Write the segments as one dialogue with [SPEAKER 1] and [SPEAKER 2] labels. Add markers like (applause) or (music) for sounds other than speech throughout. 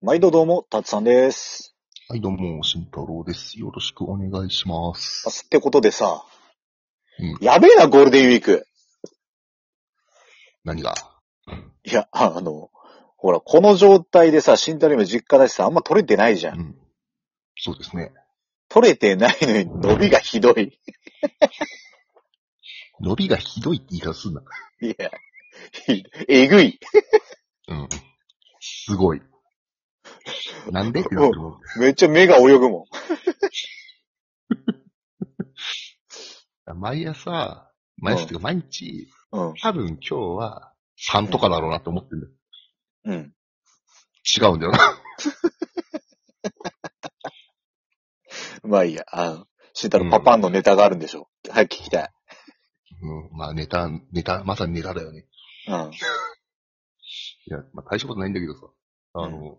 [SPEAKER 1] 毎度どうも、たつさんです。
[SPEAKER 2] はい、どうも、慎太郎です。よろしくお願いします。
[SPEAKER 1] ってことでさ、
[SPEAKER 2] うん
[SPEAKER 1] やべえな、ゴールデンウィーク。
[SPEAKER 2] 何が
[SPEAKER 1] いや、あの、ほら、この状態でさ、新太郎今実家だしさ、あんま取れてないじゃ。
[SPEAKER 2] うんん。そうですね。
[SPEAKER 1] 取れてないのに伸びがひどい。
[SPEAKER 2] 伸びがひどいって言い方すんな。
[SPEAKER 1] いや、ひえぐい。
[SPEAKER 2] うん。すごい。 (laughs) なんでってなってるもん。
[SPEAKER 1] めっちゃ目が泳ぐも
[SPEAKER 2] (laughs) 毎朝、毎朝っていうか毎日、
[SPEAKER 1] ん。うん。
[SPEAKER 2] 多分今日は3とかだろうなって思ってんだよ。
[SPEAKER 1] うん。
[SPEAKER 2] 違うんだよな。
[SPEAKER 1] まあいいや、あの、新太郎パパンのネタがあるんでしょ。早く聞きたい。
[SPEAKER 2] (laughs) うん。まあネタ、ネタ、まさにネタだよね。
[SPEAKER 1] うん。
[SPEAKER 2] いや、まあ大したことないんだけどさ。あの、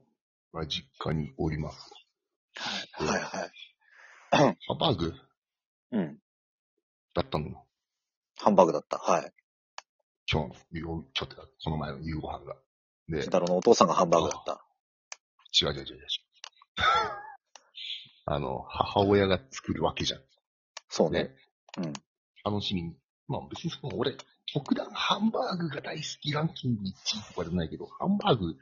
[SPEAKER 2] まあ実家におります。
[SPEAKER 1] はいはい。
[SPEAKER 2] ハンバーグ
[SPEAKER 1] うん。
[SPEAKER 2] だったのよ。
[SPEAKER 1] ハンバーグだった。はい。
[SPEAKER 2] 今日、夕ごちょっとだこの前の夕ご飯が。で
[SPEAKER 1] 新、太郎のお父さんがハンバーグだった。
[SPEAKER 2] 違う違う違う違 (laughs) う。あの、母親が作るわけじゃん。
[SPEAKER 1] そうね。
[SPEAKER 2] ね。
[SPEAKER 1] うん。
[SPEAKER 2] 楽しみに。まあ別にその俺、特段ハンバーグが大好きランキング1位とかじゃないけど、ハンバーグ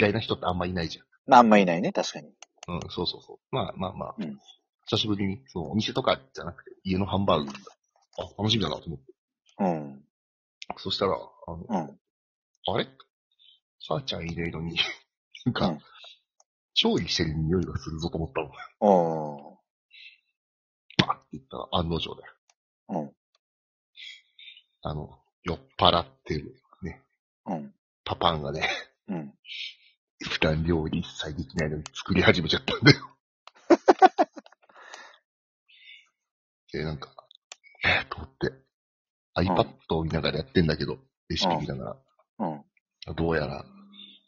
[SPEAKER 2] 嫌いな人ってあんまいないじ
[SPEAKER 1] まああんまいないね、確かに。
[SPEAKER 2] ゃん。うん、そうそうそう。まあまあまあ、
[SPEAKER 1] うん
[SPEAKER 2] 久しぶりに、そのお店とかじゃなくて、家のハンバーグ、あ、楽しみだなと思って。
[SPEAKER 1] うん。
[SPEAKER 2] そしたら、あの、
[SPEAKER 1] うん。
[SPEAKER 2] あれ母ちゃんいないのに、なんか、
[SPEAKER 1] うん
[SPEAKER 2] 調理してる匂いがするぞと思ったの。
[SPEAKER 1] おー。
[SPEAKER 2] バーって言ったら案の定だよ。
[SPEAKER 1] うん。
[SPEAKER 2] あの、酔っ払ってる、ね、
[SPEAKER 1] うん。
[SPEAKER 2] パパンがね、 (laughs)
[SPEAKER 1] うん。
[SPEAKER 2] 普段料理一切できないのに作り始めちゃったん
[SPEAKER 1] (laughs)
[SPEAKER 2] だよ。で、なんか、えー、と思って、iPad を見ながらやってんだけど、レシピ見なが
[SPEAKER 1] うん。
[SPEAKER 2] ら、どうやら、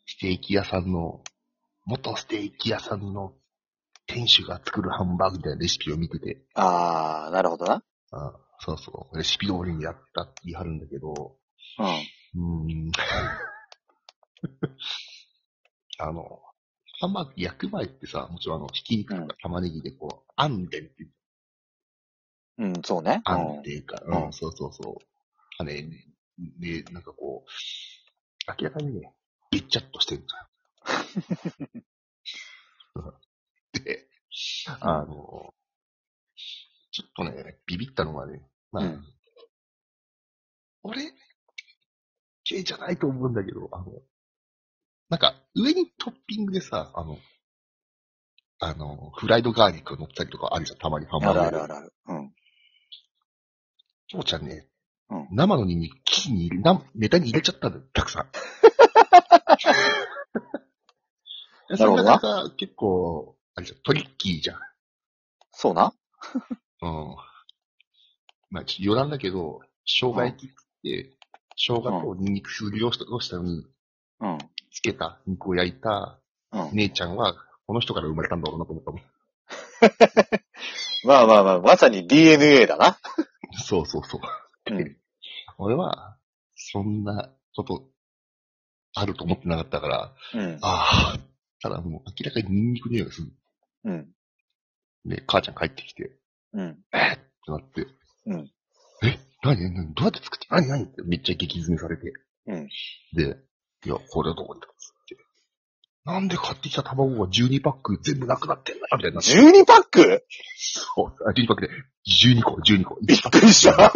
[SPEAKER 2] ステーキ屋さんの、元ステーキ屋さんの店主が作るハンバーグみたいなレシピを見てて、
[SPEAKER 1] あー、なるほどな。
[SPEAKER 2] あそうそう、レシピ通りにやったって言い張るんだけど、
[SPEAKER 1] うん。
[SPEAKER 2] うーん (laughs) あの、ハンバーグ焼く前ってさ、もちろんあの、ひき肉と
[SPEAKER 1] うん
[SPEAKER 2] か玉ねぎでこう、あんでるっていう、
[SPEAKER 1] うん、そうね。
[SPEAKER 2] あんっていうか、うん
[SPEAKER 1] うん
[SPEAKER 2] そうそうそう。あれ、で、なんかこう、明らかにね、べっちゃっとしてるんだよ。 (laughs) で、あの、ちょっとね、ビビったのがね、まあ、
[SPEAKER 1] うん
[SPEAKER 2] 俺、系じゃないと思うんだけど、あの、なんか、上にトッピングでさ、あの、あの、フライドガーリック乗ったりとかあるじゃん、たまにハン
[SPEAKER 1] うん。あ
[SPEAKER 2] バ
[SPEAKER 1] るあ
[SPEAKER 2] ーグ
[SPEAKER 1] るあ
[SPEAKER 2] で。
[SPEAKER 1] るある。うん。
[SPEAKER 2] 父ちゃんね、
[SPEAKER 1] うん
[SPEAKER 2] 生のニンニク、生地に入れ、なネタに入れちゃったんだよ、たくさん。
[SPEAKER 1] (laughs) なるほどな
[SPEAKER 2] なかなか結構、あれじゃん、トリッキーじゃん。
[SPEAKER 1] そうな。
[SPEAKER 2] うん。まあ、ちょっと余談だけど、生姜焼きって、生姜とニンニクすりおろしたのに、
[SPEAKER 1] うん。
[SPEAKER 2] つけた肉を焼いた
[SPEAKER 1] うん。
[SPEAKER 2] 姉ちゃんは、この人から生まれたんだろうなと思ったもん。 (laughs)
[SPEAKER 1] まあまあまあ、まさに DNA だな。
[SPEAKER 2] そうそうそう。
[SPEAKER 1] うん
[SPEAKER 2] 俺は、そんなこと、あると思ってなかったから、
[SPEAKER 1] うん。
[SPEAKER 2] ああ、ただもう明らかにニンニク匂いがする。
[SPEAKER 1] うん。
[SPEAKER 2] で、母ちゃん帰ってきて、
[SPEAKER 1] うん。
[SPEAKER 2] えーってなって、
[SPEAKER 1] うん。
[SPEAKER 2] え、何何どうやって作って何何ってめっちゃ激詰めされて。
[SPEAKER 1] うん。
[SPEAKER 2] で、いや、これはどこにだっつって。なんで買ってきた卵が12パック全部なくなってんだよみたいになって。
[SPEAKER 1] 12パック
[SPEAKER 2] そう、あ12パックで、12個、12個。
[SPEAKER 1] びっくり (laughs) した。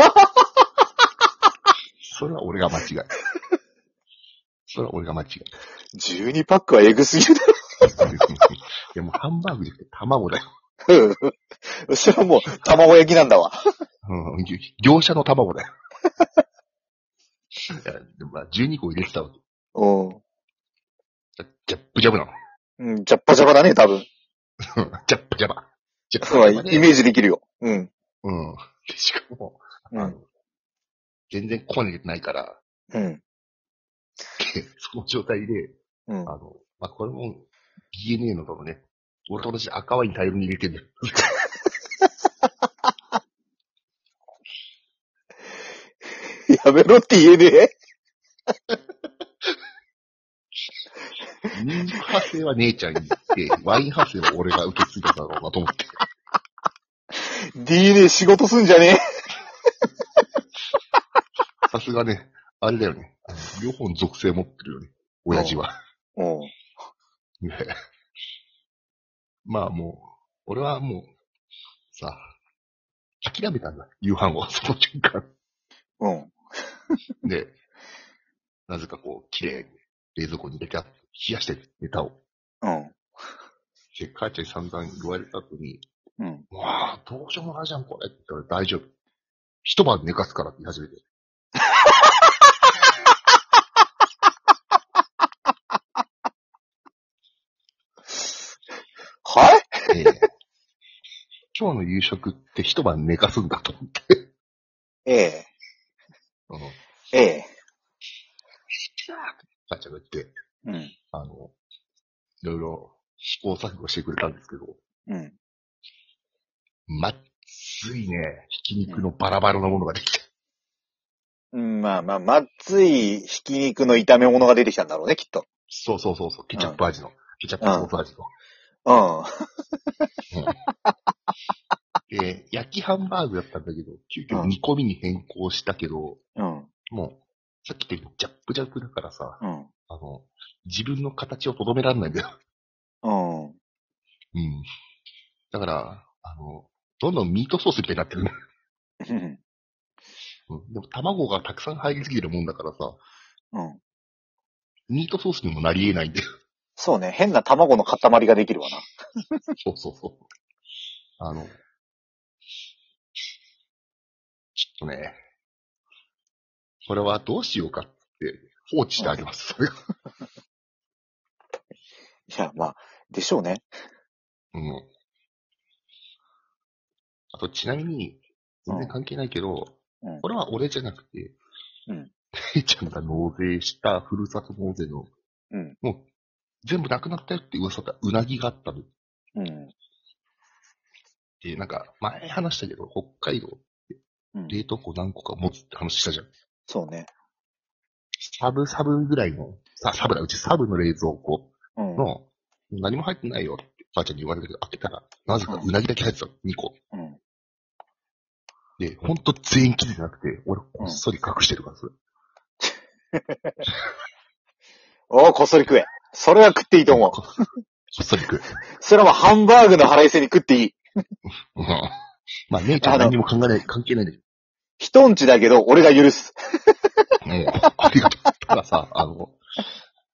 [SPEAKER 2] それは俺
[SPEAKER 1] (laughs)
[SPEAKER 2] が間違い。それは俺が間違い。 (laughs)
[SPEAKER 1] 12パックはエグすぎる
[SPEAKER 2] いや、もうハンバーグじゃなくて卵だよ。
[SPEAKER 1] だろ。 (laughs) それはもう、卵焼きなんだわ。
[SPEAKER 2] うん、業者の卵だよ。 (laughs) いや、でもまあ、12個入れてたわけ。
[SPEAKER 1] うん。
[SPEAKER 2] ジャップジャブなの。
[SPEAKER 1] う
[SPEAKER 2] (laughs)
[SPEAKER 1] ん、ジャッパジャバだね、多分。
[SPEAKER 2] うんジャップジャバ。ジャップジ
[SPEAKER 1] そう、
[SPEAKER 2] ャ
[SPEAKER 1] イ
[SPEAKER 2] バ
[SPEAKER 1] メ
[SPEAKER 2] で
[SPEAKER 1] ージできるよ。うん。
[SPEAKER 2] うん。でしかも、
[SPEAKER 1] う
[SPEAKER 2] あの
[SPEAKER 1] ん。、
[SPEAKER 2] 全然こねてないから、 (laughs)
[SPEAKER 1] うん。
[SPEAKER 2] でその状態で、
[SPEAKER 1] うん (laughs)
[SPEAKER 2] あ。の、まあ、これも DNA の多分ね、俺と同じ赤ワイン大量に入れてんだよ。
[SPEAKER 1] やめろって言えねえ。
[SPEAKER 2] 人参派生は姉ちゃんに行って、
[SPEAKER 1] (laughs)
[SPEAKER 2] ワイン派生は俺が受け継いだだろうなと思って。
[SPEAKER 1] DNA 仕事すんじゃね
[SPEAKER 2] さすがね、あれだよね。あの両方の属性持ってるよね。親父は。
[SPEAKER 1] え。うん。
[SPEAKER 2] ねまあもう、俺はもう、さ、諦めたんだ。夕飯を、 (laughs) その瞬間。
[SPEAKER 1] うん。
[SPEAKER 2] で、なぜかこう、綺麗に冷蔵庫に入れてあって、冷やしてネタを。
[SPEAKER 1] うん。
[SPEAKER 2] で、母ちゃんに散々言われた後に、
[SPEAKER 1] うん。
[SPEAKER 2] うわあ、どうしようもないじゃん、これ。って言ったら大丈夫。一晩寝かすからって言い始めて。
[SPEAKER 1] はい
[SPEAKER 2] ええ今日の夕食って一晩寝かすんだと思って。
[SPEAKER 1] ええ。
[SPEAKER 2] うん
[SPEAKER 1] ええ。
[SPEAKER 2] 母ちゃんが言って、
[SPEAKER 1] うん。
[SPEAKER 2] あの、いろいろ試行錯誤してくれたんですけど、
[SPEAKER 1] うん。
[SPEAKER 2] まっついね、ひき肉のバラバラなものができた。
[SPEAKER 1] うん、まあまあ、まっついひき肉の炒め物が出てきたんだろうね、きっと。
[SPEAKER 2] そうそうそうそう、ケチャップ味の、ケチャップソース味の。
[SPEAKER 1] う
[SPEAKER 2] で、焼きハンバーグだったんだけど、急
[SPEAKER 1] う
[SPEAKER 2] 遽
[SPEAKER 1] ん
[SPEAKER 2] 煮込みに変更したけど、
[SPEAKER 1] ん。うん。
[SPEAKER 2] もう、さっき言ったようにジャップジャップだからさ、
[SPEAKER 1] うん。
[SPEAKER 2] あの、自分の形をとどめられないんだよ。
[SPEAKER 1] うん。 (laughs)
[SPEAKER 2] うん。だから、あの、どんどんミートソースみたいになってるね。
[SPEAKER 1] うん。
[SPEAKER 2] うん。でも卵がたくさん入りすぎてるもんだからさ、
[SPEAKER 1] うん。
[SPEAKER 2] ミートソースにもなり得ないんだよ。
[SPEAKER 1] そうね、変な卵の塊ができるわな。
[SPEAKER 2] (laughs) そうそうそう。あの、ちょっとね、これはどうしようかって放置してあります。それが
[SPEAKER 1] いや、まあ、でしょうね。
[SPEAKER 2] うん。あと、ちなみに、全然関係ないけど、
[SPEAKER 1] うん
[SPEAKER 2] これは俺じゃなくて、
[SPEAKER 1] うん
[SPEAKER 2] 姉ちゃんが納税したふるさと納税の、
[SPEAKER 1] うん
[SPEAKER 2] もう、全部なくなったよって噂だったうなぎがあったの。
[SPEAKER 1] うん。
[SPEAKER 2] で、なんか、前話したけど、北海道、
[SPEAKER 1] うん、
[SPEAKER 2] 冷凍庫何個か持つって話したじゃん。
[SPEAKER 1] そうね。
[SPEAKER 2] サブサブぐらいの、さ、サブだ、うちサブの冷蔵庫
[SPEAKER 1] うん。うん。
[SPEAKER 2] の、何も入ってないよって、ばあちゃんに言われたけど、開けたら、なぜかうなぎだけ入ってたの、2個。で、ほんと全員気づいてなくて、俺こっそり隠してるから、それ。
[SPEAKER 1] おうこっそり食え。それは食っていいと思う。
[SPEAKER 2] こっそり食う。
[SPEAKER 1] それはもうハンバーグの腹いせに食っていい。
[SPEAKER 2] うんまあ、姉ちゃんは何にも考えない、関係ないんだけ
[SPEAKER 1] 人んちだけど、俺が許す。
[SPEAKER 2] ど。もう、ありがとう。たださ、あの、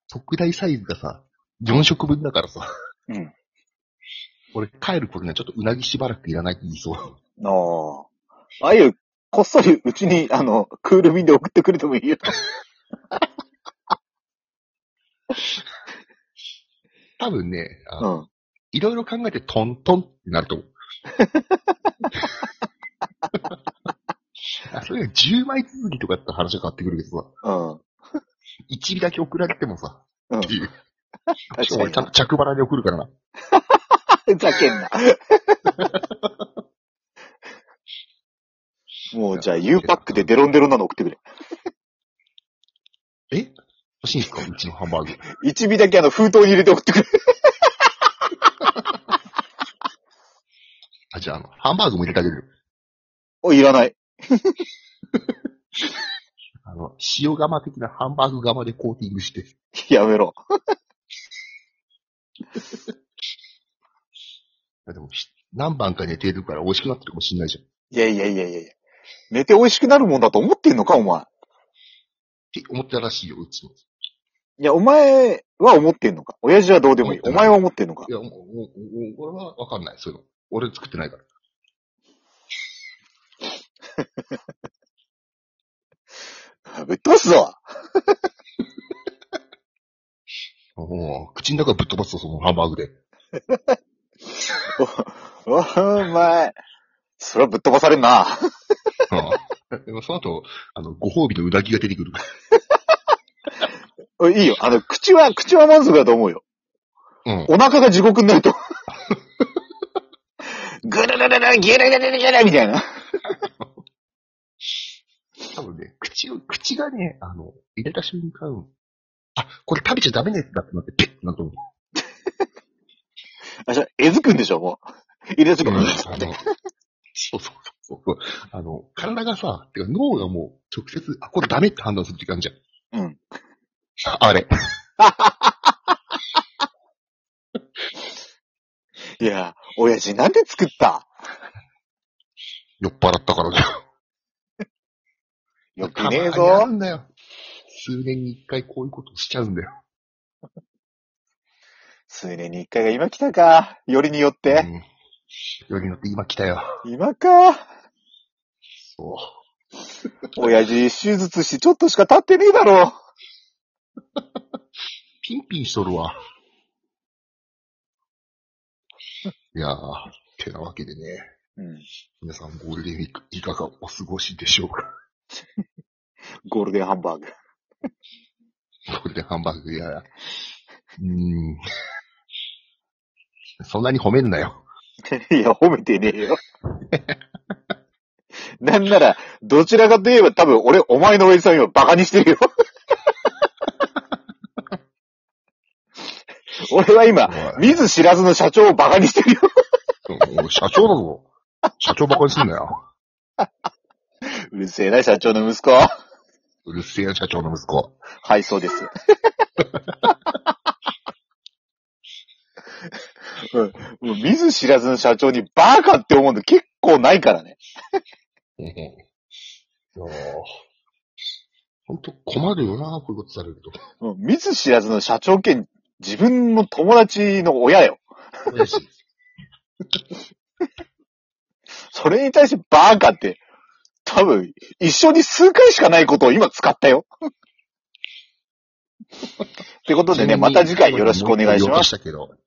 [SPEAKER 2] 特大サイズがさ、4食分だからさ、
[SPEAKER 1] うん。
[SPEAKER 2] 俺帰る頃にはちょっとうなぎしばらくいらないって言いそう。
[SPEAKER 1] のああいう、こっそりうちに、あの、クール便で送ってくれてもいいよ。
[SPEAKER 2] 多分ね、あ
[SPEAKER 1] う
[SPEAKER 2] の
[SPEAKER 1] ん。
[SPEAKER 2] いろいろ考えてトントンってなると思
[SPEAKER 1] (laughs)
[SPEAKER 2] う。あそれが10枚続きとかやったら話が変わってくるけどさ、
[SPEAKER 1] うん。
[SPEAKER 2] 1尾だけ送られてもさ、
[SPEAKER 1] うん
[SPEAKER 2] って。いう。
[SPEAKER 1] 確
[SPEAKER 2] 俺ち
[SPEAKER 1] か
[SPEAKER 2] ゃんと着払いで送るからな。
[SPEAKER 1] に。ふざけん (laughs) な。もう、じゃあ、U パックでデロンデロンなの送ってくれ。
[SPEAKER 2] え欲しいんですかうちのハンバーグ。
[SPEAKER 1] 一尾だけあの、封筒に入れて送ってくれ。
[SPEAKER 2] あ、じゃあ、あの、ハンバーグも入れてあげるよ。
[SPEAKER 1] お、いらない。
[SPEAKER 2] あの、塩釜的なハンバーグ釜でコーティングして。
[SPEAKER 1] やめろ。
[SPEAKER 2] あでも、ひ何番か寝てるから美味しくなってるかもしんないじゃん。っ
[SPEAKER 1] いやいやいやいやいや。寝て美味しくなるもんだと思ってんのか、お前。
[SPEAKER 2] て思ってたらしいよ、うちも。
[SPEAKER 1] いや、お前は思ってんのか。親父はどうでもいい。お前は思ってんのか
[SPEAKER 2] い。や、もう、もう、もう俺はわかんない、そういうの。俺作ってないから。
[SPEAKER 1] ぶっ飛ばすぞ
[SPEAKER 2] もう、口の中ぶっ飛ばすと、そのハンバーグで。
[SPEAKER 1] お前。それはぶっ飛ばされんな。
[SPEAKER 2] うん。でもその後、あの、ご褒美のうなぎが出てくるから。
[SPEAKER 1] おいいいよ。あの、口は、口は満足だと思うよ。
[SPEAKER 2] うん。
[SPEAKER 1] お腹が地獄になると。ぐるるるる、ギュルルルルギュルみたいな。
[SPEAKER 2] 多分ね、口を、口がね、あの、入れた瞬間、あ、これ食べちゃダメなやつだってなって、ペッてなると思う。
[SPEAKER 1] あ、じゃあえずくんでしょ、もう。入れすぎ
[SPEAKER 2] うんあの、そうそうそうそう。あの、体がさ、てか脳がもう直接、あ、これダメって判断する時間じゃん。
[SPEAKER 1] うん。
[SPEAKER 2] あれ。
[SPEAKER 1] いや、親父なんで作った
[SPEAKER 2] 酔っ払ったからだよ。
[SPEAKER 1] よくねえ
[SPEAKER 2] たまにあ
[SPEAKER 1] ぞ。
[SPEAKER 2] んだよ。数年に一回こういうことしちゃうんだよ。
[SPEAKER 1] 数年に一回が今来たか。よりによって。
[SPEAKER 2] うん、よりによって今来たよ。
[SPEAKER 1] 今か。
[SPEAKER 2] そ
[SPEAKER 1] 親父、手術してちょっとしか経ってねえだろ。
[SPEAKER 2] う。ピンピンしとるわ。いやー、てなわけでね。
[SPEAKER 1] うん。
[SPEAKER 2] 皆さんゴールデンウィークいかがお過ごしでしょうか
[SPEAKER 1] ゴールデンハンバーグ。
[SPEAKER 2] これでハンバーグやら。うーん。そんなに褒めんなよ。
[SPEAKER 1] (laughs) いや、褒めてねえよ。なんなら、どちらかといえば多分俺、お前の親父さん今バカにしてるよ。 (laughs) 俺は今、見ず知らずの社長をバカにしてるよ。
[SPEAKER 2] おい社長だぞ。社長ばかにすんなよ。
[SPEAKER 1] うるせえな、社長の息子。
[SPEAKER 2] うるせえな社長の息子。
[SPEAKER 1] はい、そうです。 (laughs) うんもう見ず知らずの社長にバカって思うの結構ないからね。
[SPEAKER 2] いやほんと困るよな、こういうことされると。
[SPEAKER 1] もう見ず知らずの社長兼自分の友達の親よ。
[SPEAKER 2] 親父
[SPEAKER 1] それに対してバカって、多分、一緒に数回しかないことを今使ったよ。ってことでね、また次回よろしくお願いします。
[SPEAKER 2] ちなみに言おうとたけど